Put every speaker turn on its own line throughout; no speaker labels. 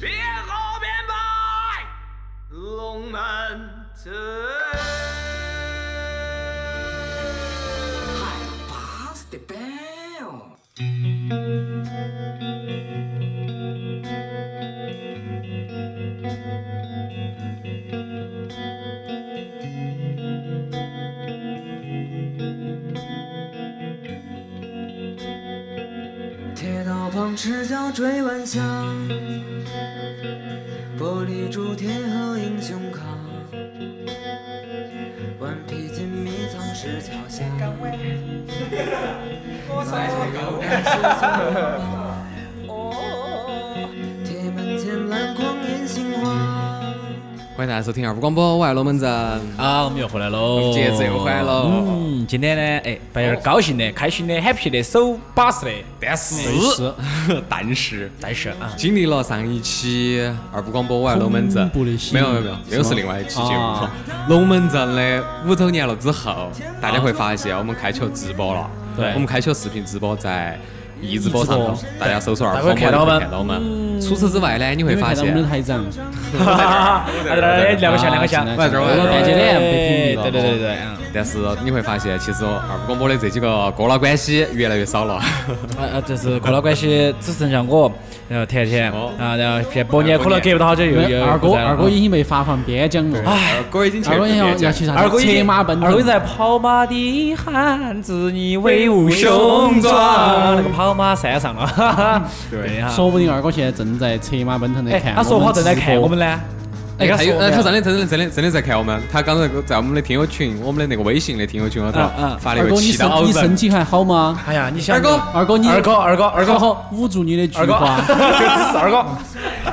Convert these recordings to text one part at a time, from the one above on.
别后边摆，龙门阵。
还巴适的板哦！铁道旁赤脚追晚霞，玻璃珠贴合英雄卡，顽皮筋迷藏石桥下。哦铁门前篮筐银杏花，
欢迎大家收听二五广播，我爱龙门阵。
啊，我们又回来喽，
节奏又回来喽
嗯，今天呢，哎，摆点儿高兴的、开心的、happy 的、手把式的，
但是
是，
但是，
但是啊，
经历了上一期二五广播，我爱龙门阵
恐怖的心，
没有没有没有，这个是另外一期节目
啊
哈。龙门阵的五周年了之后，大家会发现我们开启了直播了，
对
我们开启了视频直播在。一直播上头
直播，
大家搜索二
大
五
家会
广播
看到我们
就会看到我们。除此之外呢，你
你
会
会
发
看到我
现
们的台长，
哈哈哈，来两个响，两个响，
我在这儿我在这儿
感觉脸被
对
屏蔽
对
了
对对对，嗯
但是你会发现，其实二五广播的这几个哥老关系越来越少了。
啊啊，就是哥老关系只剩下我，然后甜甜，
哦
啊，然后现在伯年可能隔不到好久又又
二哥
不在了
二哥已经被发放边疆了，
二呃哥已经去
二哥要
别介
要去啥子？
二哥已
策
经
马奔腾，
二哥在跑马的汉子，你威武雄壮，那个跑马山上了，哈哈，对哈。
说不定二哥现在正在策马奔腾的
哎，
看，
他说好正在看我们。呢。
哎，
他
他有，
说
呃，
呢
他真的真的真的真的在看我们，他刚才在我们的听友群，我们的那个微信的听友群里头
嗯嗯
发了
二
一个
哥，你
祈
身
祷
你
人
身，体还好吗？
哎呀，你想
二哥
二哥你
二哥二哥二哥
好好捂住你的菊
二哥，
花。
就 只是二哥，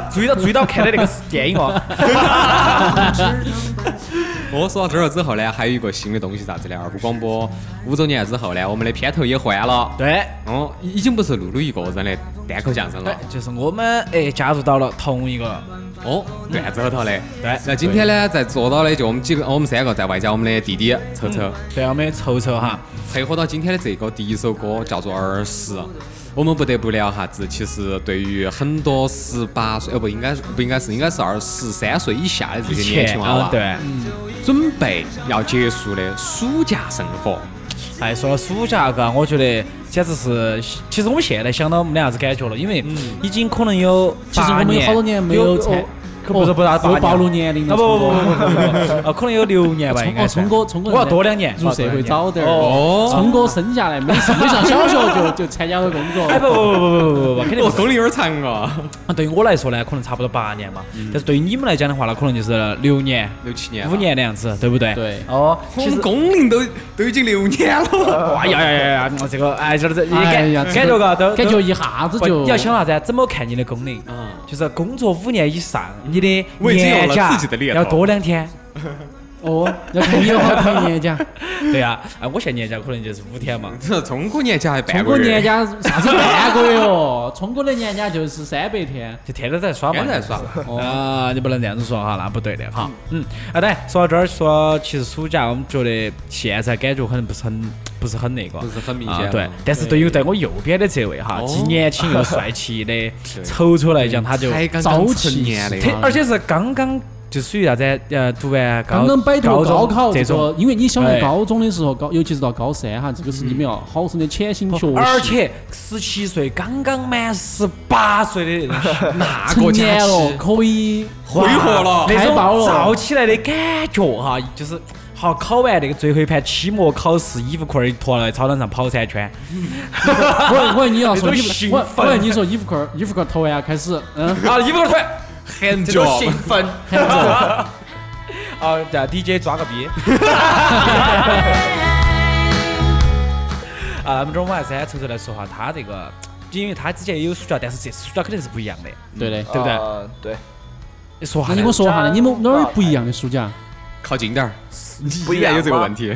注意到注意到看的那个电影哦。
我说到这儿了之后呢，还有一个新的东西是啥子呢？二五广播五周年之后呢，我们的片头也换了，
对，
哦，已已经不是露露一个人的单口相声了
哎，就是我们哎加入到了同一个
哦，段子后头的。
对
那今天呢，在做到的就我们几个，我们三个，再外加我们的弟弟臭臭，
对我们的臭臭哈，
配合到今天的这个第一首歌叫做《儿时》，我们不得不聊哈子。其实对于很多十八岁，哦不应该是不应该是应该是二十三岁以下的这些年轻娃娃，
啊，对，
准备要结束的暑假生活，
哎，说到暑假嘎，我觉得简直是，其实我们现在想到没啥子感觉了，因为已经可能有
其实我
八
们有好多年没有参
哦可不是不是
哦
八
又
年
暴露年龄
啊
了。
不不不不
聪哥
不不不，啊可能有六年吧，应该算
哦，聪哥，聪哥，
我要多两年
入社会早点儿。
哦
聪哥生下来没事没上小学 就就参加了工作。
哎不不不不不不不，肯定
哦，
不是
功力有点长哦，
对于我来说呢，可能差不多八年嘛，但是对于你们来讲的话，那可能就是六年、
六七年，
五，年的样子，对不对？
对
哦，
我
其实
们。工龄都都已经六年 了，
哇呀呀呀呀！这个哎，这这
哎
感
呀，
感觉嘎都
感觉一下子
不，
就
你要想啥子啊？怎么看你的工龄？就是工作五年以上，你的
我嗯已经有了
年假
自己的猎头
要多两 天。
哦，要看你有好多年假，
对
啊
呀，哎，我现在年假可能就是五天嘛。
这中国年假还
聪
半
哥
个月，
年假啥子半个月哦，聪哥的年假就是三百天。
就天天在耍嘛，
天天在嗯耍
哦。啊，你不能这样子说哈，那不对的哈。嗯，啊，对，说到这儿，说其实暑假，我们觉得现在感觉可能不是很，不是很那个，
不是很明显
啊对
嗯，
但是对于在我右边的这位哈，
哦
既年轻又帅气 的丑丑来讲，他就
才刚刚
早
成
起
年的
他而且是刚刚就属于啥子？呃，读完高
刚刚摆脱高考
这
这
种
个，，因为你想在
哎
高中的时候，高尤其是到高三哈，这个是你们要好生的潜心学习，
而且十七岁刚刚满十八岁的 那
成
个
年
假
了
期，
可以
挥霍了，
那
开
种
爆了
燥起来的感觉哈，就是好考完那个最后一盘期末考试，衣服裤儿一脱了，操场上跑三圈，
我我你要说
那
衣
种
服，
兴
我
奋
我你说衣服裤儿，衣服裤儿脱完啊开始， 嗯，
啊，衣服裤儿脱，
很
这种
久。
兴奋，啊，叫 DJ 抓个逼。 啊，那么这儿我们还是喊臭臭来说哈，他这个，因为他之前也有暑假，但是这次暑假肯定是不一样的。
对的。
对不对
呃对，
你说哈呢，
那你给我说下呢，你们哪儿不一样的暑假？
靠近点儿，你
不
依
一
然
样
有这个
吗
问题。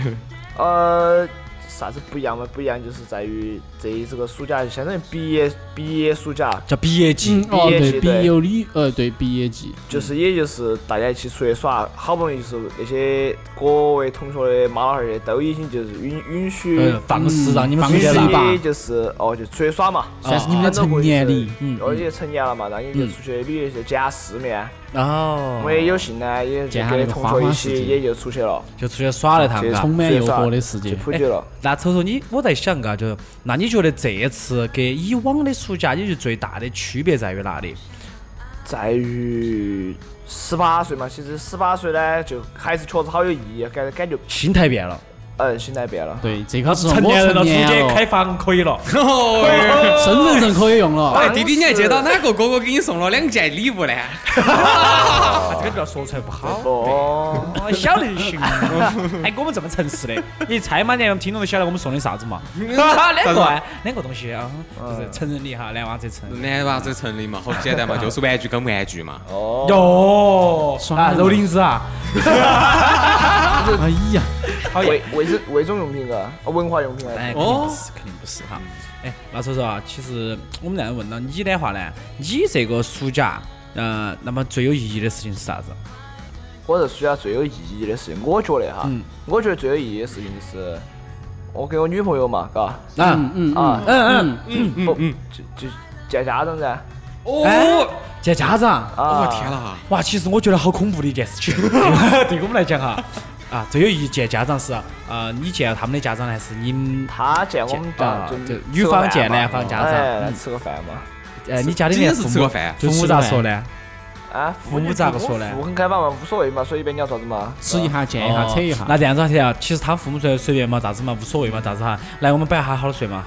呃，
啥子不一样嘛？不一样就是在于这一这个暑假就相当于毕业毕业暑假，
叫毕业季。
嗯，哦，
毕业
对，
季
毕
对
业旅，呃，对，毕业季，
就是也就是大家一起出去耍，好不容易就是那些各位同学的妈老汉儿的都已经就是允允许
嗯
呃，放肆让你们
哎
允
出去了
放肆吧
许就是哦就出去耍嘛，
算是你们的成年礼。嗯，
而且成年了嘛，那你就出去旅游去见下世面。
嗯
哦
我也有幸呢，也就
见下那
跟
个
同
花
学
花
一
世界
起也就出去了，
就出去耍了一趟，
去
嘎
充。满诱惑的世界
就普及了。
哎那瞅瞅你，我在想嘎，就是那你觉得这一次跟以往的暑假，你就最大的区别在于哪里？
在于十八岁嘛，其实十八岁呢，就还是确实好有意义，感感觉
心态变了，
嗯心态变了。
对，这个是我
成年人了，
成
出
年
去
了，
开房可以了。
身份证可以用了。
哎，弟弟，你还接到哪个哥哥给你送了两件礼物呢？
啊 这个就要说出来不好。
哦，
哦，小流行。 哎，我们这么诚实的，你猜嘛？你们听众都晓得我们送的啥子嘛？两个啊，两个东西啊，就是成人礼哈，男娃子成。
男娃子成立嘛，好简单嘛，就是玩具跟玩具嘛。
哟，啊，蝼铃子啊，
哎呀，
讨厌
卫。卫生卫生用品啊，文化用品啊，
哎，肯定
哦
不是，肯定不是哈。哎，那所以说啊，其实我们这样问到你的话呢，你这个暑假，呃，那么最有意义的事情是啥子？
我是暑假最有意义的事情，我觉得哈，
嗯
我觉得最有意义的事情就是我跟我女朋友嘛，嘎，
嗯嗯
啊
嗯嗯
不就就见家长噻，
哦，见家长。
啊，
天啦！
哇，其实我觉得好恐怖的一件事情， 对我们来讲哈，啊，最有意义见家长是，呃，你见到他们的家长呢，还是你们
他见我们家
啊
就
对
吃
女
个
方
饭
见
嘛
男方家
啊
长
哎，
嗯
来吃个饭嘛，
呃你家里
今
面
天
父
是吃个
母
饭，
父母咋说呢？
啊，
父母咋个
就
说呢
父母很开放嘛，无所谓嘛，所以别人要咋子嘛，
吃一下，见一下，
哦
扯一下。
那这样子啊，其实他父母说随便嘛，咋子嘛，无所谓嘛，咋子哈。来，我们摆下好多岁嘛？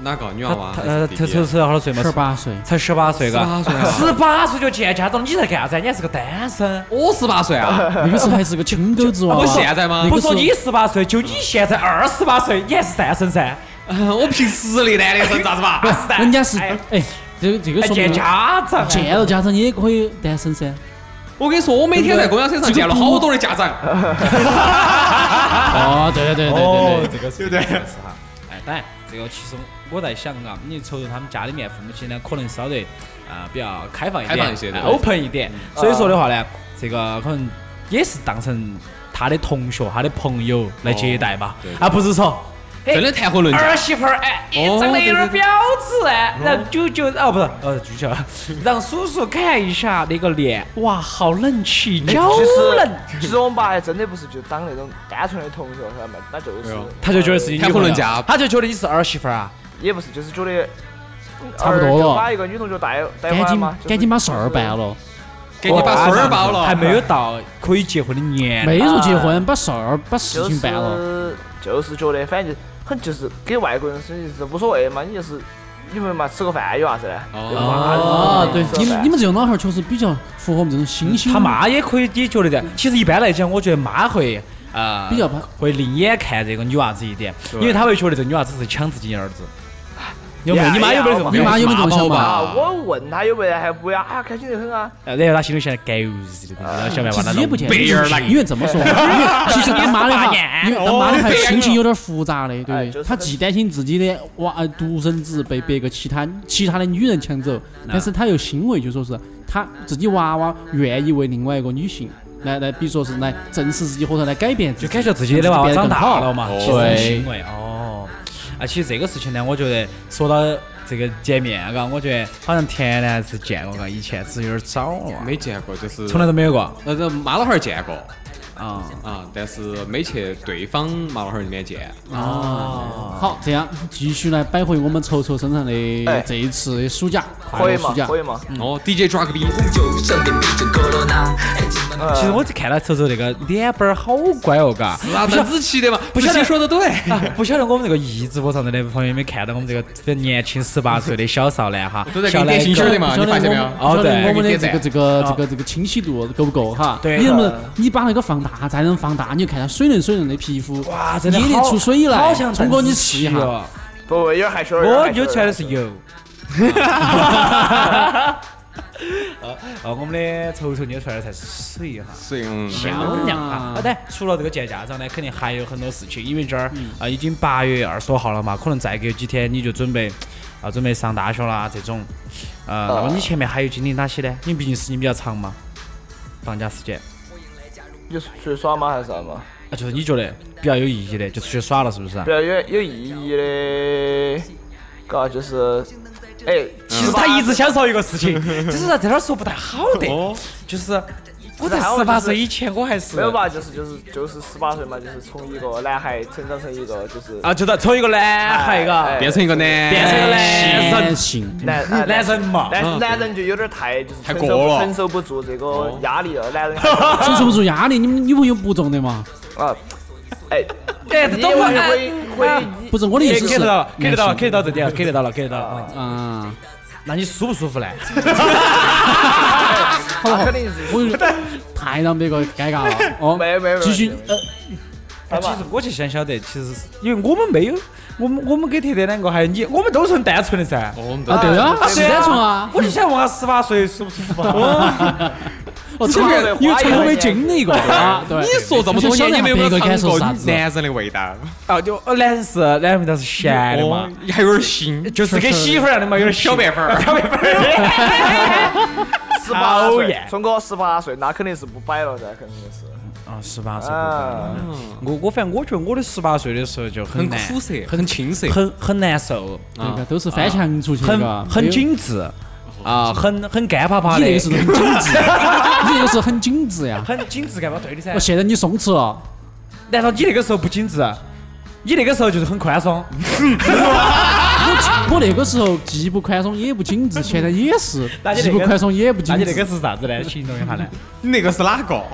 哪个女
他
娃娃
他
还
呃他
是弟
他
弟
抽？抽好多岁嘛？
十八岁，
才十八岁嘎，
18岁啊
十八岁就见家长，你在干啥子？你还是个单身。
我十八岁啊，
那个时候还是个青狗子娃哦
不
娃。
现在吗
那？
不啊
个时
说
候
你十八岁，就你现在二十八岁，你还是单身噻？
我凭实力单的身咋子嘛？
是的
人家是
哎
哎，这个这个
还
说
见
明
家长哎，
见了家长也可以单身噻。
我跟你说，我每天在公交车上见了好多的家长。
啊
哦，对对对对对对，
这个是对不对？是哈。哎，当然，这个其实我在想啊，你瞅瞅他们家里面父母亲呢，可能稍微啊比较开放一点，
开放一些对
哎 open 一点。所以说的话呢，这个可能也是当成他的同学、他的朋友来接待吧，而不是说。哎
真的谈婚论嫁
儿媳妇儿，哎，
哦
长得有点
对对
婊子哎，让舅舅哦不是呃舅舅，让叔叔看一下那个脸，哇，好嫩气，
哎
娇
其
嫩。
实其实我们爸还真的不是就当那种单纯的同学，晓得嘛？那就是
哦
呃
他就觉得是你
谈
女朋
婚
友
论嫁
他就觉得你是儿媳妇儿啊。
也不是，就是觉得
差不多了
儿就把一个女同学带带回
赶
来
紧
嘛，就是
赶紧把事儿办。了，
给你把孙儿抱了，
还没有到可以结婚的年龄。
没说结婚，把事儿把事
就
情办了。
是就是觉得，反正就很就是给外国人生是无所谓嘛，你就是你们嘛吃个饭有啥子呢？
哦
有啥子
哦，对，
吃个
你们
饭
你们这种老汉儿确实比较符合我们这种新兴。
嗯他妈也可以，也觉得的。其实一般来讲，我觉得妈会呃
比较怕
会另眼看这个女娃子一点，因为她会觉得这女娃子是抢自己儿子。有没有？
呀
你妈有没有这
呀
种？
你妈有没有这种想
哎妈
法？
啊！我问他有没得，还不要啊，开心得很啊。
呃然后她心里想的狗日的，然后小白娃
啊其
那
实也不
种
见得，
贝
因
尔
为
那个
因为这么说，因为其实当妈的
18
哈，
年
因为当妈的还
哦
心情有点复杂的，对
哎就
不对？
是嗯
她既担心自己的娃呃独生子被别个其他其他的女人抢走，
嗯
但是她又欣慰，就说是她自己娃娃愿意为另外一个女性来来，比如说是来正视自己或者来改变自己，
就感觉自己的娃娃长
让自己变得更
大
好
了嘛，
哦
其实很欣慰哦。啊，其实这个事情呢，我觉得说到这个见面，啊嘎，我觉得好像甜呢还是见过，嘎，以前只是有点早啊了，
没见过，就是
从来都没有过
呃，这妈老汉儿见过
啊。
啊，但是没去对方妈老汉儿里面见。
哦，
好，这样继续来摆回我们臭臭身上的
哎
这一次的暑假，
可以
快乐暑
嘛
假，。
可以嘛。
哦，DJ drug B，
嗯
哎其实我看到瞅瞅那个脸板儿好乖哦，嘎。
那邓紫棋的嘛，不
晓得
信说的对。
啊，不晓得我们这个一直播上的那朋友有没有看到我们这个非常年轻十八岁的小少男哈？
都在给
小
你
奶
点心
狗
心儿的嘛，
不
你
晓得
发现没有
我？们
哦
不晓得
对
我们
给
的
你
这
点
个
赞
这个
啊
这个这个清晰度够不够哈？
对
你能不能
呃
你把那个放大，再能放大，你就看下水嫩水嫩的皮肤，
哇，真的
捏得
好
出水来
好像
聪哥你试一下
邓紫棋哦
不不，有点害羞。
我
有
有
点害羞
出来的是油。哦，我们的稠稠捏出来的才是水哈。
所以嗯，
漂亮啊！好的，除了这个见家长呢，肯定还有很多事情，因为这儿啊已经八月二十号了嘛，可能再隔几天你就准备啊准备上大学啦这种，呃，那么你前面还有经历哪些呢？因为毕竟时间比较长嘛，放假时间
你就出去耍吗？还是啥嘛？
啊，就是你觉得比较有意义的，就出去耍了，是不是啊
比？较有有意义的，嘎就是，哎，
其实他一直想说一个事情，就是在这儿说不太好的，就是我在十八岁以前我还是
没有吧？就是就是就是十八岁嘛，就是从一个男孩成长成一个就是
啊，就在从一个男
哎
孩啊嘎
变成一个男，
变成一个男
男
人
性，
男啊男
男嗯人嘛，
男男人就有点太就是
太
承受
过了
承受不住这个压力了，男人 还
承受不住压力，你们女朋友不重的嘛？
啊，哎，
哎，
你
懂吗？
会会
哎
不是我的意思是，
给得到了，给得到了，给得
到，
到这点了，给得到了，给得到了。
啊，
那你舒不舒服呢？
哎他啊肯定是
我就太让别个尴尬了。哦，
没有没有没有
继续
没有，
呃，
其实我就想晓得，其实因为我们没有，我们我们跟铁铁两个还有你，我们都是很单纯的噻。
哦我们都
啊对啊，
啊
是单 纯啊，
我就想问下十八岁舒不舒服啊？
哦，这个
花
有
一
从
百
来没
块钱
经历过啊，对，
你说这么多年，你没有没有
别个感
尝
受
过
是啥子？
男人的味道？
哦，就哦，男人是男人味道是咸的嘛
哦，，还有点腥，
就是跟媳妇儿一样的嘛，有点
小白粉儿。
十八
讨
岁
厌，
聪哥十八岁，那肯定是不摆了噻，肯定是
啊，十八岁。
啊，
我我反正我觉得我的十八岁的时候就
很
很难，
苦涩，很青涩
很很难受，
啊那个都是翻墙出去的嘎
很，很紧
紧，
致啊，很很干巴巴
你
的
那。个是很紧致，你那个是很紧致呀。
很紧致干嘛？对的噻
我。现在你松弛哦了，
难道你那个时候不紧致？啊你那个时候就是很宽松，
我那个时候既不宽松也不紧致，现在也是
那你那
既
个
不宽松也不紧
那你那个
致。
是啥子呢？形容一下 呢？
你那个是 哪个？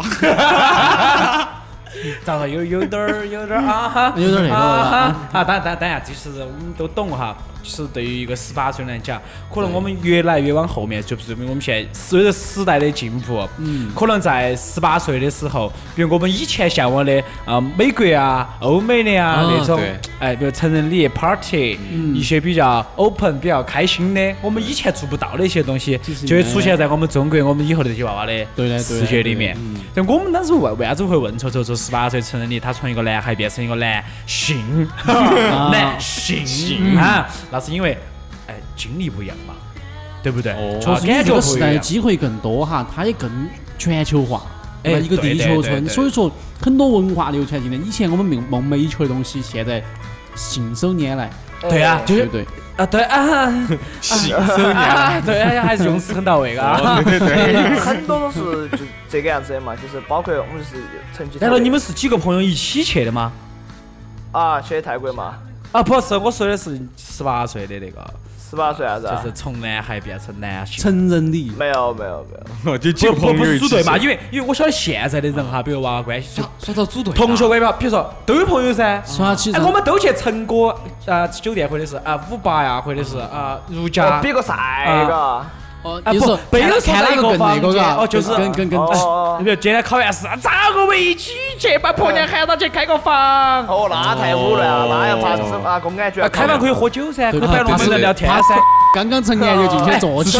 咋个有有点儿有点儿啊哈，
有点儿那个
啊哈
了
啊！当当当然，这是我们都懂哈。就是对于一个十八岁人来讲，可能我们越来越往后面，就是说明我们现在随着时代的进步，嗯，可能在十八岁的时候，比如我们以前向往的啊，美国啊、欧美的啊嗯
啊
那种
对，
哎，比如成人礼、party，一些比较 open、比较开心的，我们以前做不到的一些东西，
是
就会出现在我们中国我们以后的这些娃娃的
对的对的
世界里面。但我们当时为为啥子会问臭臭说十八岁成人礼，他从一个男孩变成一个男性， 男性啊？那是因为哎经历不一样嘛，对不对？
确
啊
实，
感
这
觉
个
不
时
一
代
样。
机会更多哈，它也更全球化，
哎
对吧一个
对
地
对
球
对
村，
对
所以说很多文化流传进来。以前我们梦梦寐以求的东西，现在信手拈来，
对啊，
哎
就
对
是
不对？
啊，对啊，
信手拈来。
啊， 对啊，还是用词很到位的啊。
哦对对对，
很多都是就这个样子的嘛，就是包括我们就是成 绩特别。
难道你们是几个朋友一起去的吗？
啊去泰国嘛？
啊，不是，我说的是十八岁的那个，
十八岁啥子啊
就？是从男孩变成男性。
成人礼，
没有没有没有，
哦就几
不
个
不
朋
不
友
是
一
组
起
队嘛，
去
因为因为我晓得现在的人哈，比如娃娃关系，
说到组队啊，
同学关系嘛，比如说都有朋友噻。
耍起
哎，我们都去成果啊酒店，或者是啊五八呀，或者是啊如
哦
家。
比个赛嘎。
哦，
啊
就
不
是
没有说
看
在
哪
一
个
个
更那
房
个
间
嘎，
哦就是
跟跟跟
哦
跟，
哦
比如今天考完试，咋个我们一起去把婆娘喊到去开个房？
哦，那太污了啊，那要发生啊公安局
啊，开房可以喝酒噻，可以
啊
摆龙门阵聊天哦哎
他
噻。
刚刚成年就进去坐起，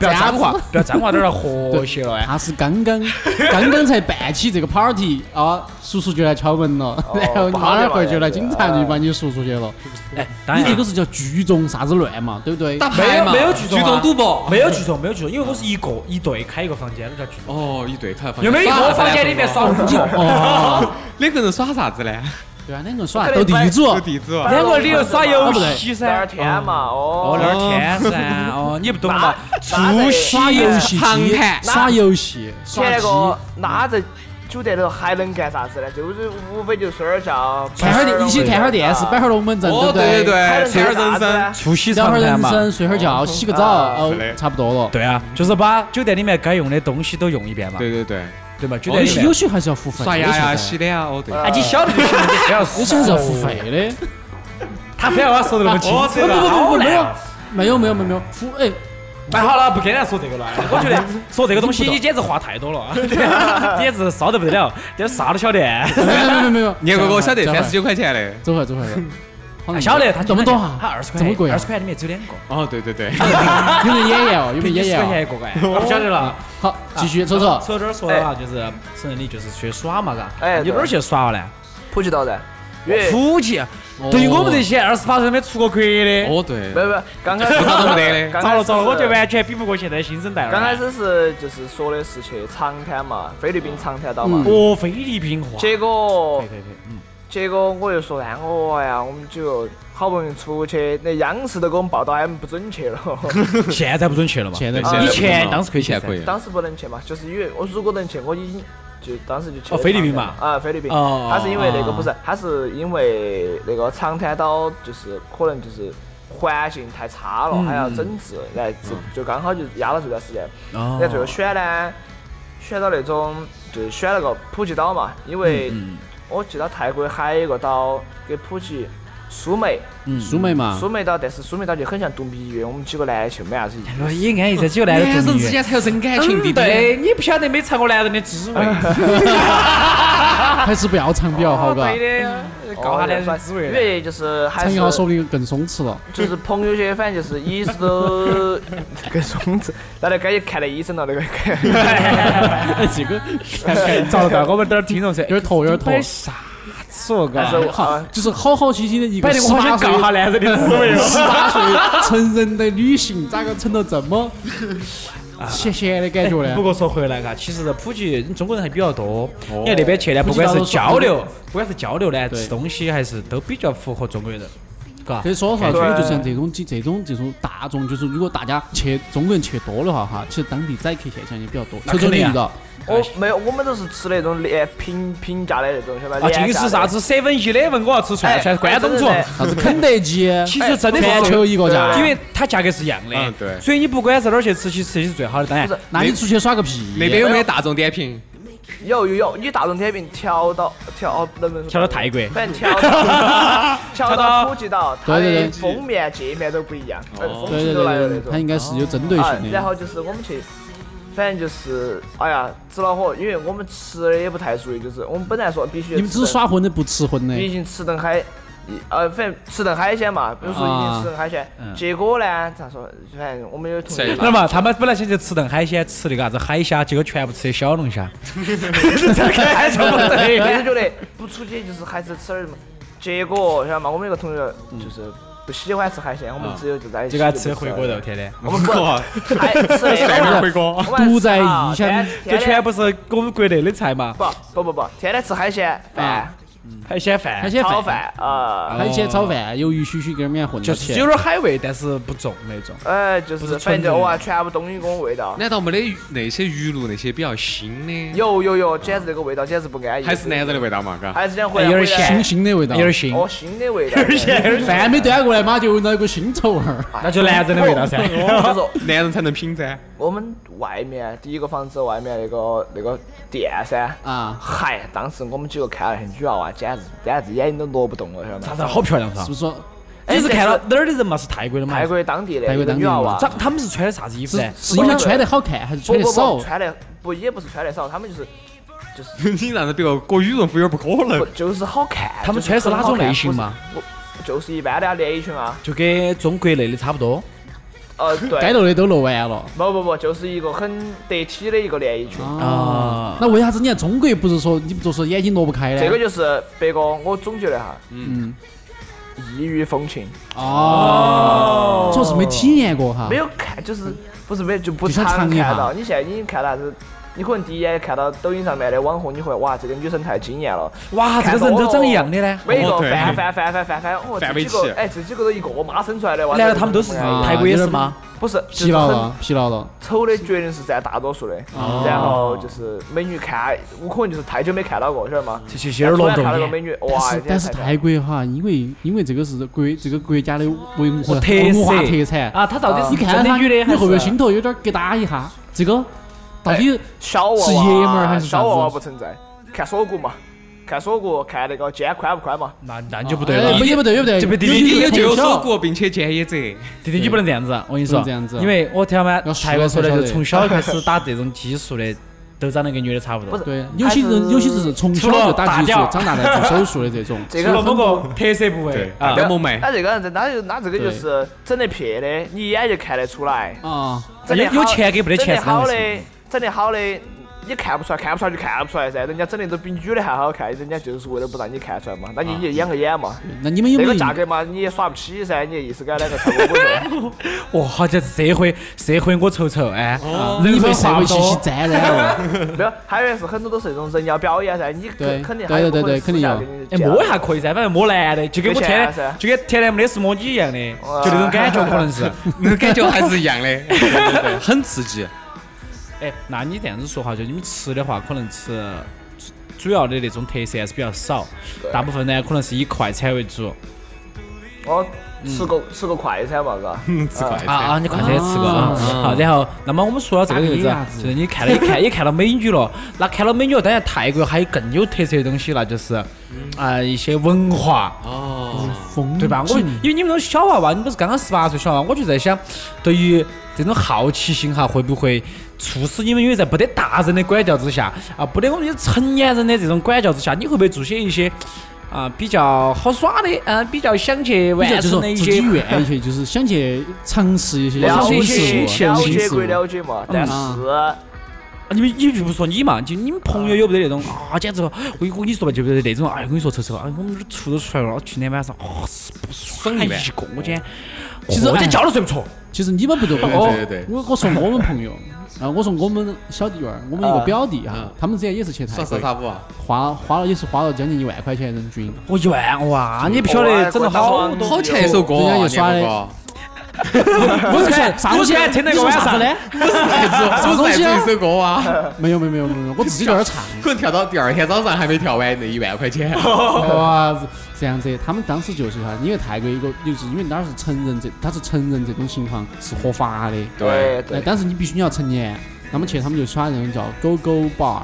不要脏话
这样子，
不要脏话，在那和谐了哎。
他是刚 刚刚刚才办起这个 party 啊，叔叔就来敲门了， 然后你妈那会儿就来警察就把你叔出去了。
哎，当
你
然
这个是叫聚众啥子乱嘛，对不对？
打
没
牌
有
嘛，
没有聚众啊
众赌博。
没有聚众，没有聚众，因为我是一个一队开一个房间，那叫聚众。
哦，一对，他
有没有一个房间里面耍五个？
哦，
两个人耍啥子呢？
对啊，两个人耍斗地主，
斗地主啊，
两个里头耍游戏
聊
噻
点。天嘛，
哦，
哦，
聊天噻，哦，你不懂嘛？
那在
耍游戏
长
机，
谈
耍游戏，
前
耍
那
鸡，
个那在酒店里头还能干啥子呢？就是无非就睡点觉，
看会儿一起看会儿
啊
电视，摆会儿龙门阵，
哦，
不
对对
对？
对，
还
这
能
儿
干啥子
人生
呢？
促膝
聊
长
会儿
谈
人
嘛。
生，睡会儿觉，洗个澡，
啊
哦
是的，
差不多了。
对啊，就是把酒店里面该用的东西都用一遍嘛，
对对对，
对嘛？酒
有
店
些
里
有
面，
些还是要付费的，
刷牙呀、洗
现
脸啊，哦对。
啊，你晓得就行了， 你不要
在有些还是要付费的。
他非要把它说的那么清
哦
楚，
这个
不不不，没
难
有
啊。，
没有没有没有没有，付哎，
哎，好了，不跟人家说这个了。我觉得说这个东西，你简直话太多了， 简直烧得不得了，这啥都晓得。
没有没有没有没有，
年哥哥晓得
转
三
换
十九块钱的，
转换走回来走回来，好
他
像
啊晓得哎他
这嗯么多哈，
他二十块，
这么贵啊
二十，块里面只有两个，
哦，对对对，
有没有眼 药？有没有啊眼
十块钱
药？
一个哎，我不晓得了。
好，继续瞅瞅
啊。瞅瞅说的啊，就是省得你就是出去耍嘛，嘎。啊
哎
你哪儿去耍了呢？
普吉岛噻，因为
福建，
哦
对于我们这些二十八岁没出过国的，
哦对
没，有没有，刚开始
啥都没得的
刚
糟
开
了
始
糟了，我觉得完全比不过现在新生代了。
刚开，始是就是说的是去长滩嘛，菲律宾长滩岛
嗯
嗯
嘛，
哦，菲律宾话，
结果
对对对，嗯，
结果我就说，哎我呀，我们就好不容易出去，那央视都给我们报道，哎，我们不准去了。
嗯现在不准去了嘛。
现在
啊
以前当时可以
以前可以，
当时不能去嘛，就是因为我如果能去，我已经就当时就去
哦
了
菲律宾
长滩
嘛
啊，菲律宾
哦哦，
他是因为那个
哦
不是，他是因为那个长滩岛就是可能就是环境太差
嗯
了，还要整治，来就就刚好就压了这段时间。
哦
然后最后选呢，选到那种就是选了个普吉岛嘛，因为
嗯
我记得泰国还有一个岛给普吉。苏梅，
苏梅
啊
嘛
苏，梅岛，但是苏梅岛就很像度蜜月，我们几个男的去没啥子意思。
也安逸噻，只有男的
男生之间才有真感情，弟
嗯
弟。哎
对你不晓得没尝过男人的滋味，
还是不要长比较好，嘎。
对的，告下男人滋
哦因
味。
为就是还
长
是
一号说的更松弛了，
哎
就是朋友些，反正就是医生都 跟松子， 那就该去看了医生了， 那个 该。
这个
找到我们这儿听众噻，
有点头有点头
摆啥子哦，
哎
但是
嘎，
我啊，
就是好好奇心的一个
摆的我
十
好想
八岁
告下男人的滋味哦。
十八岁成人的旅行，咋个成了这 么咸咸的感觉
啊不
呢？
过说回来嘎，其实普及中国人还比较多。
哦
你看那边去呢，不管是交流，不管是交流呢，
对
吃东西还是都比较符合中国人，嘎
所。以说实话，中国
对
就像这种几这种这种大众，就是如果大家去中国人去多的话，哈，其实当地宰客现象也比较多。
那
瞅瞅
肯
你
定啊
遇到，
哦
我没有，我们都是吃那种廉平平价的那种，晓得吧？
啊，
廉
尽
价
是
的
啥？子 seven eleven，我要吃
哎
串串，关东煮。
哎
啥子肯德基，
其实真的是
哎全球一个价，
因为它价格是一样的，
嗯对
所以你不管在哪儿去吃，其实吃的是最好的。当然
不，是
那你出去耍个屁？
那边有没有大众点评？
有有有，你大众点评调到调，能不能说
调到泰国
反正调 到调到普吉岛，它
对对
的
对
封面界面都不一样，呃风
对
景
对
都来了
对
那
对，
种
它。应该是有针对
啊，
性
然
的。
后就是我们去，反正就是，哎呀，吃恼火，因为我们吃的也不太注意，就是我们本来说必须
你们只
吃
是耍荤的不吃荤
顿，已
的，
经吃顿海，一呃，反正吃顿海鲜嘛，比如说已经吃顿海鲜，结果呢，咋说，反正我们有同学
谁
那嘛，他们本来想去吃顿海鲜，吃那个啥子海虾，结果全部吃的小龙虾。
还是不对，我就觉得不出去就是还是吃点儿嘛，结果晓得嘛，我们有个同学就是不喜欢吃海鲜，我们只有就在一起
结果还
就不
吃回锅肉，，天天，
我们不，哎，吃那个嘛
回锅，
我们还
独在
吃啊
异乡
天
这
天天
全部是我们国内的菜嘛，
不不不不，天天吃海鲜饭
啊。
海鲜饭
海。鲜
炒
饭。
饭啊，
海鲜炒饭，鱿鱼须须跟里面混到
就是
起。
有点海味，但是不重那种。
呃，就是反正哇，全部东西给我味道，
难道没得那些鱼露那些比较腥的？
有有有，简直那个味道简直不安逸，
还是男人的味道嘛，嘎。
还是想回来
哎有点
回来
腥腥的味道，
有点腥，
啊哦，腥的味道，有
饭没端过来嘛，就闻到一股腥臭味儿。
那就男人的味道噻。
就是
男人才能品噻。
哦 我们外面第一个房子外面那个那个店噻，
啊
嗨，当时我们几个看了那啊些女娃娃，简直简直眼睛都挪不动了，晓得
啥
吗？
子好漂亮
是
噻
不？是说
哎
你是看
但是
到哪儿的人嘛？是泰国的嘛？
泰国当地的
泰国
那个
当地
女
的嘛
娃娃，
咋他们是穿的啥子衣服
是
呢？
是因为穿得好看，还是
不
穿得
不
少
不，？穿的不也不是穿的少，他们就是
你让人别个裹羽绒服有点不可
不
能。
就是好看，
他们
就
穿的是
很
哪
好
种
看
类型？嘛？
不是不就是一般的啊，连衣裙啊，
就跟中国内的差不多。
呃，对，
该露的都露完了
不不不，就是一个很得体的一个连衣裙。
啊。那为啥子你看中国不是说你不是说眼睛挪不开呢？
这个就是别个，我总结了一下，
嗯
异域风情，
哦，主要是没体验过哈
没。有看，就是不是没有就不
你说
常
尝一下
看到。你现在已经看到是，你可能第一眼看到抖音上面的网红，你会哇，这个女生太惊艳了，
哇，这个人都长一样的呢。
每个
哦对
翻翻翻翻翻翻，哦，
翻
这
围
几个
棋，
哎，这几个都一个妈生出来的哇。
难
这
道
个
他们都是啊
怎么样
泰国也是吗？
不是，就
疲
是
劳
很
了，疲劳了。
丑的绝对是占大多数的，然后就是美女看，我可能就是太久没看到过，晓得吗？
这
突
些有点
然看
隆
到个
重
美
点。
女，
但
哇，
是
今天
但是
太
泰国哈，因为因为这个是国这个国家的文化
哦特色
文化特产
啊，他到底
你
是
看
真
他，
的女的
你
还
会
是
不会心头有点咯哒一下？这个到底
哎
小娃娃
是爷们儿还是啥
小
子
娃娃啊不存在，看锁骨嘛，看锁骨，看那个肩宽不宽嘛。
那那就不对
哎
了
不。也不对，也不对，
这不
弟
弟
弟弟
有
就有
小
锁骨，并且见也者。
弟弟，你哎不能这样子，我跟你说
不能这样子，
因为我听他们
要
泰国说的，
熟了才晓
就
得
从小开始打这种基础的都长得跟女的差不
不
多
是。
对，有些人有些是从小就打激素，长大在做手术的这种，
这
除
个
了某个特色部
对
位
啊，
啊，
要么美，
那这个人，那就那这个就
对
是整得撇的，你一眼就看得出来。
啊，
整得
有有
好
钱跟没得钱
整得好
是
的
两回，
整得好的，你看不出来，看不出来就看不出来噻。人家整的都比女的还好看，人家就是为了不让你看出来嘛。那
啊
你也养个眼嘛。
那你们有
这
没有
个价格嘛，你也耍不起噻，你也意思跟两个差不多噻。
哇，好像是社会社会我瞅瞅哎，
你
人
被
和
社
话
会
不
信息
多，
沾染了？
没有，还有一个是很多都是那种人妖表演噻，你肯肯定还
对
有
对
可能
对肯定
私下
有
给你
哎
讲
摸一下可以噻，反正摸男的就跟我
没
天
钱啊
天
噻
就跟天天没得事摸你一样的，就那种感觉可能是。
那个感觉还是一样的，对对对很刺激。
哎，那你这样子说哈，就你们吃的话，可能吃主主要的那种特色还是比较少，大部分呢可能是以快餐为主。
哦，吃
嗯
个吃个快餐嘛，嘎。
吃快
啊啊！
餐，
你快餐也吃过
啊
啊。好，然后那么我们说到这个
打
样
个
子
鸭，子
就是你看了也看也看了美女了，那看了美女了，当然泰国还有更有特色的东西了，就是啊一些文化。
哦
风
对吧？我
景
因为你们都嗯是小娃娃，你不是刚刚十八岁小娃娃，我就在想，对于这种好奇心哈，会不会促使你们因为在不得大人的管教之下啊，不得我们这些成年人的这种管教之下，你会不会做些一些啊比较好耍的，嗯、比啊较想去
比较
完
就是
成
说
的一
自己
些？
愿意去，就是想去尝试一些
了
新
解
事
解
物，
新
了
新
解
事物
归。了解嘛，但是呃
啊你们你就不说你嘛，就你们朋友有没得那种啊？简直了，我我跟你说吧，就不得那种，哎，我跟你说，臭臭，哎，我们这儿出都出来了，去天晚上，哦，是不爽一
般
个，我今天，其
其实
实我今
哎
天觉都睡不着。
其实你们不懂，
对对对
我我说我们朋友，啊，我说我们小弟娃儿，我们一个表弟哈
嗯，
他们之前也是去
耍
泰国
啥，啥舞啊？
花花了也是花了将近一万块钱人均，
我一万哇！你不晓得整了好多，
好强一首歌
人
啊，
家又
你
耍
那
的
个
五千，五千听那个晚上
呢？
哎 是不是
啥东西啊
一首歌啊？
没有没有没有没有，我自己在那儿唱。
可能跳到第二天早上还没跳完那一万块钱。
哇，是这样子，他们当时就是哈，因为泰国一个就是因为那儿是成人这，它是成人这种情况是合法的，
对
哎
对，
但是你必须你要成年，那么去他们就耍那种叫狗狗 bar，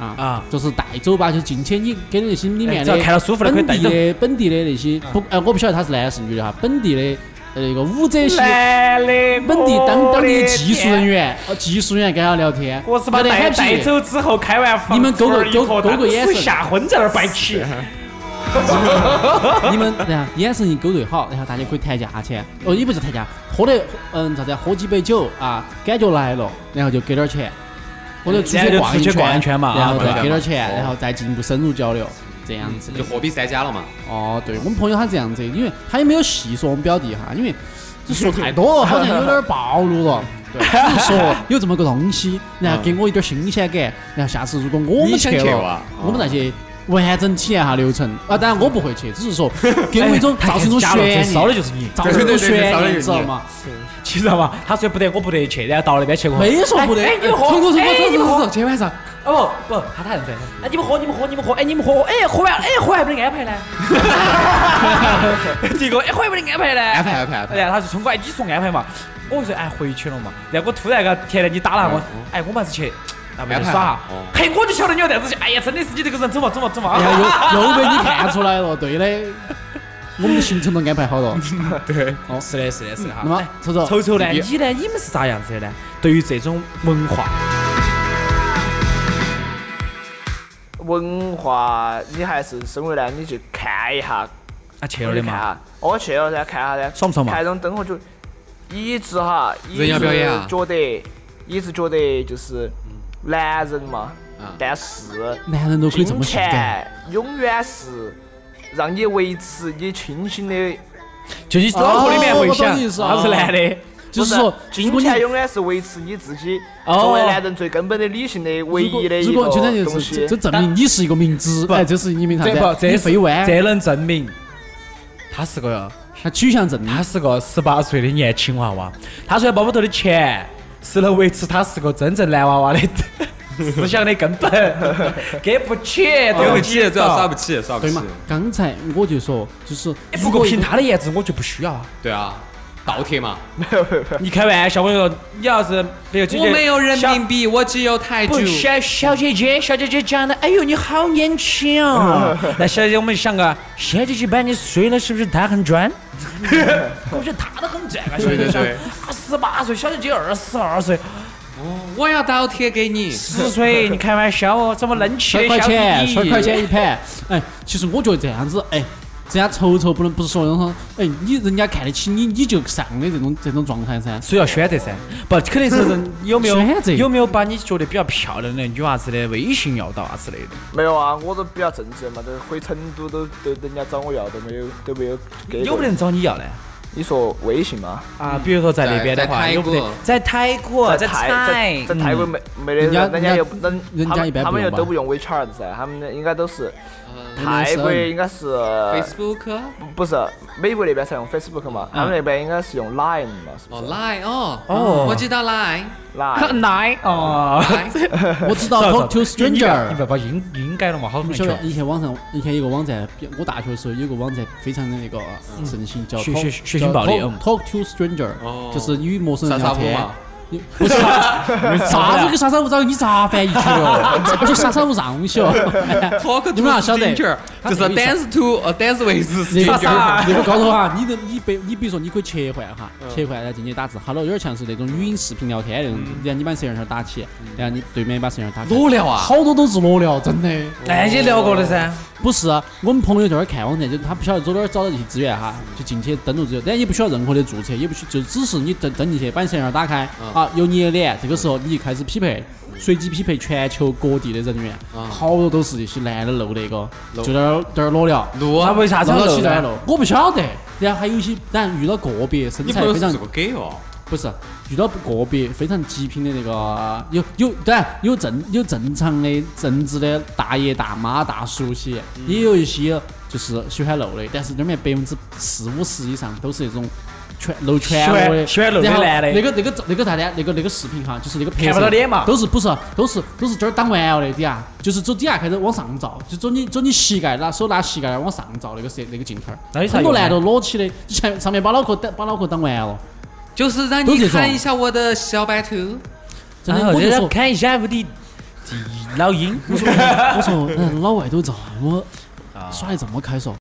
啊，
啊，
就是带走吧，就进去你给那些里面
只要
的
看到舒服的可以
本
带嗯
地
走。
的本地的那些不，呃，我不晓得他是男的是女的哈，本地的呃那个舞者些。
男的，
本地当当地的技术人，员，呃，技术人员跟他聊天，
我是把
没得
带
喊
带
皮
走之后开完房，吓昏在那儿摆起。
你们 然后眼神一勾兑好，然后大家可以谈价钱。哦，也不是谈价，喝的嗯啥子，喝几杯酒啊，感觉来了，然后就给点儿钱，或者出
然后
去
就
逛
出
一
去逛一圈嘛
然
啊
后
逛一
再
圈
给点儿
嘛
钱，
哦
然后再进一步深入交流，这样子的
就。货比三家了嘛。
哦，对，我们朋友他是这样子，因为他也没有细说我们表弟哈，因为这说太多了，好像有点儿暴露了。对，只是说有这么个东西，然后给我一点儿新鲜感，然后下次如果我们
你想去
了，
哇
我们再去完整体验下流程啊。当然我不会去，只是说给我一种造成一种悬念，
烧的就是你，
造成一种
对对对
悬
烧的就
念，
是
知道
你
吗？
知道嘛？他说不得，我不得去，然后到那边去喝。
没说不得，
哎，你们喝，
冲过冲过
哎，
冲
你们
过冲
喝
过，，今天晚上
哦不，他他认真。哎，你们喝，你们喝，你们喝，哎，你们喝，哎，喝完，哎，喝还不得安排呢？第一个，哎，喝还不得安排呢？
安排安排安
哎
排。
呀，他就冲过来，你说安排嘛？我说哎回去了嘛。然后我突然个甜甜你打了我，
嗯
哎，我们还是去那边耍哈
安排哦。
嘿，我就晓得你要这样子去。哎呀，真的是你这个人，走嘛走嘛走嘛。
然 后又又被你看出来了，对的，我们的行程都安排好了。
哦，是的，是的，是的哈。
嗯那么
哎
瞅瞅
瞅瞅呢，
你
你呢？你们是咋样子的呢？对于这种文化，
文化你还是身为男，你去看一下，
啊，去了的
看
嘛。
下，我去了噻，看下噻，
爽不爽嘛
看这种灯火就一直哈，一
人
直
妖表演啊
觉得一直觉得就是男人嘛，
啊
但是
男人都可以这
金
么性感。
钱永远是让你维持你清醒的，
就你脑壳里面会
哦我
想，
懂你意思啊
他是男的，
就是
不
说，如
金
果你
钱永远是维持你自己
哦
作为男人最根本的理性的唯
如果
一的一
如
个
果今天就
东
是这
西
这。证明你是一个明知，
不
哎， 这是你明啥
这
子
不，？这
你
是
废弯，
这能证明他是个
他取向正，
他是个十八岁的年轻娃娃，他虽然包包头的钱是能维持他是个真正男娃娃的 思想的根本， 给不起，对
对哦不
起
起，，主要耍不起，耍不
对
起
嘛。？刚才我就说，就是
哎
如
不
果
过凭他的颜值，我就不需要啊！
对啊，倒贴嘛。
你开玩笑，我跟你说，你要是比如姐姐，小
币，我只有泰
不小小姐姐，小姐姐讲的，哎呦，你好年轻 哦！那小姐姐，我们想个，小姐姐把你睡了，是不是她很 赚？我觉得她都很赚啊，小姐姐
对对对，
她十八岁，小姐姐二十二岁，
我要倒贴给你。
十岁，你开玩笑哦，怎么能气
十
的
块
小
钱，
弟
十
弟？
块钱一盘。哎，其实我觉得这样子，哎，人家仇仇不能不是说那种，哎，你人家看得起你，你就上的这种这种状态噻。
所以要选择噻，不，肯定是人有没有
选择
有没有把你觉得比较漂亮的女娃子的微信要到啊之类的？
没有啊，我都比较正直嘛，都回成都都都人家找我要都没有都没有给
有
过
没得人找你要呢？
你说微信嘛，
啊，比如说在那边的话，
在在泰
有
国
没得在泰国，
在泰
泰嗯
在在泰国没没得
嗯人家
人，人家又不
人家
人
人
他
家
们
一般不
他们又
用吧
都不用 WeChat 噻，他们应该都是
嗯
泰国应该是
Facebook
不是美国那边才用 Facebook 嘛，他
啊
们那边应该是用 Line 嘛，是不
哦
是
，Line 哦
哦
我知道 Line。
？Line
来哦。
我知道 Talk to
你你不要你
Stranger
不。要把音音改了嘛，好容易
晓
就
得以前网上，以前有个网站，比我大学的时候有个网站非常的那个
嗯
盛行，叫
学
Talk-
学学习
叫
暴力
Talk
嗯
Talk to Stranger，
哦
就是与陌生人
啥
聊
啥屋
天
嘛。
你不是啊 啥子跟啥啥屋长，你咋翻译去了？哦 而且啥啥屋上去哦。
Talk to
你们哪晓得
stranger，
他
就是
这个意
dance to 呃 dance with
那个
stranger。
那个高头哈，你的你比你比如说你可以切换哈，
嗯
切换然后进去打字，hello，有点像是那种语音视频聊天那种，然后你把摄像头打起，然后你对面把摄像头打
嗯
开，
裸聊啊
好多都是裸聊，真的。
那也哎聊过的噻，
不是，啊我们朋友在那儿看网站，就是他不晓得走哪儿找到这些资源哈，就进去登录资源，但也不需要任何的注册，也不需就只是你登登进去，把你摄像头打开，啊，有你的脸，这个时候你就开始匹配，随机匹配全球各地的人员，
嗯
好多都是一些男的露的一个，就在那儿在那儿裸聊，
录
那为啥子
露
要
到起在那儿
呢？
露，我不晓得。然后还有一些，当然遇到个别身
你
材
朋友
非
是
常
做个 gay 哦？
不是遇到个别非常极品的那个，有有当然有正有正常的正直的大爷大妈大叔些，也有一些就是喜欢露的，但是里面百分之四五十以上都是那种全露全
喜欢
裸的，
喜欢露的
啊然后
男的
那个那个那个啥的，那个那个视频哈，就是那个拍
看
摄
不到脸嘛
都是不是都是都是这儿挡完了的底下，啊就是走底下开始往上照，就走你走你膝盖拿手拿膝盖往上照那个摄那个镜头儿
那有，啥
很多
用啊
男的裸起的，你前上面把脑壳挡把脑壳挡完了。
就是让
都
你
这种
看一下我的小白兔。
真的，
然后
我就
在
说
那看一下啊我的老鹰。
我说，嗯，老外都这么耍的这么开嗦，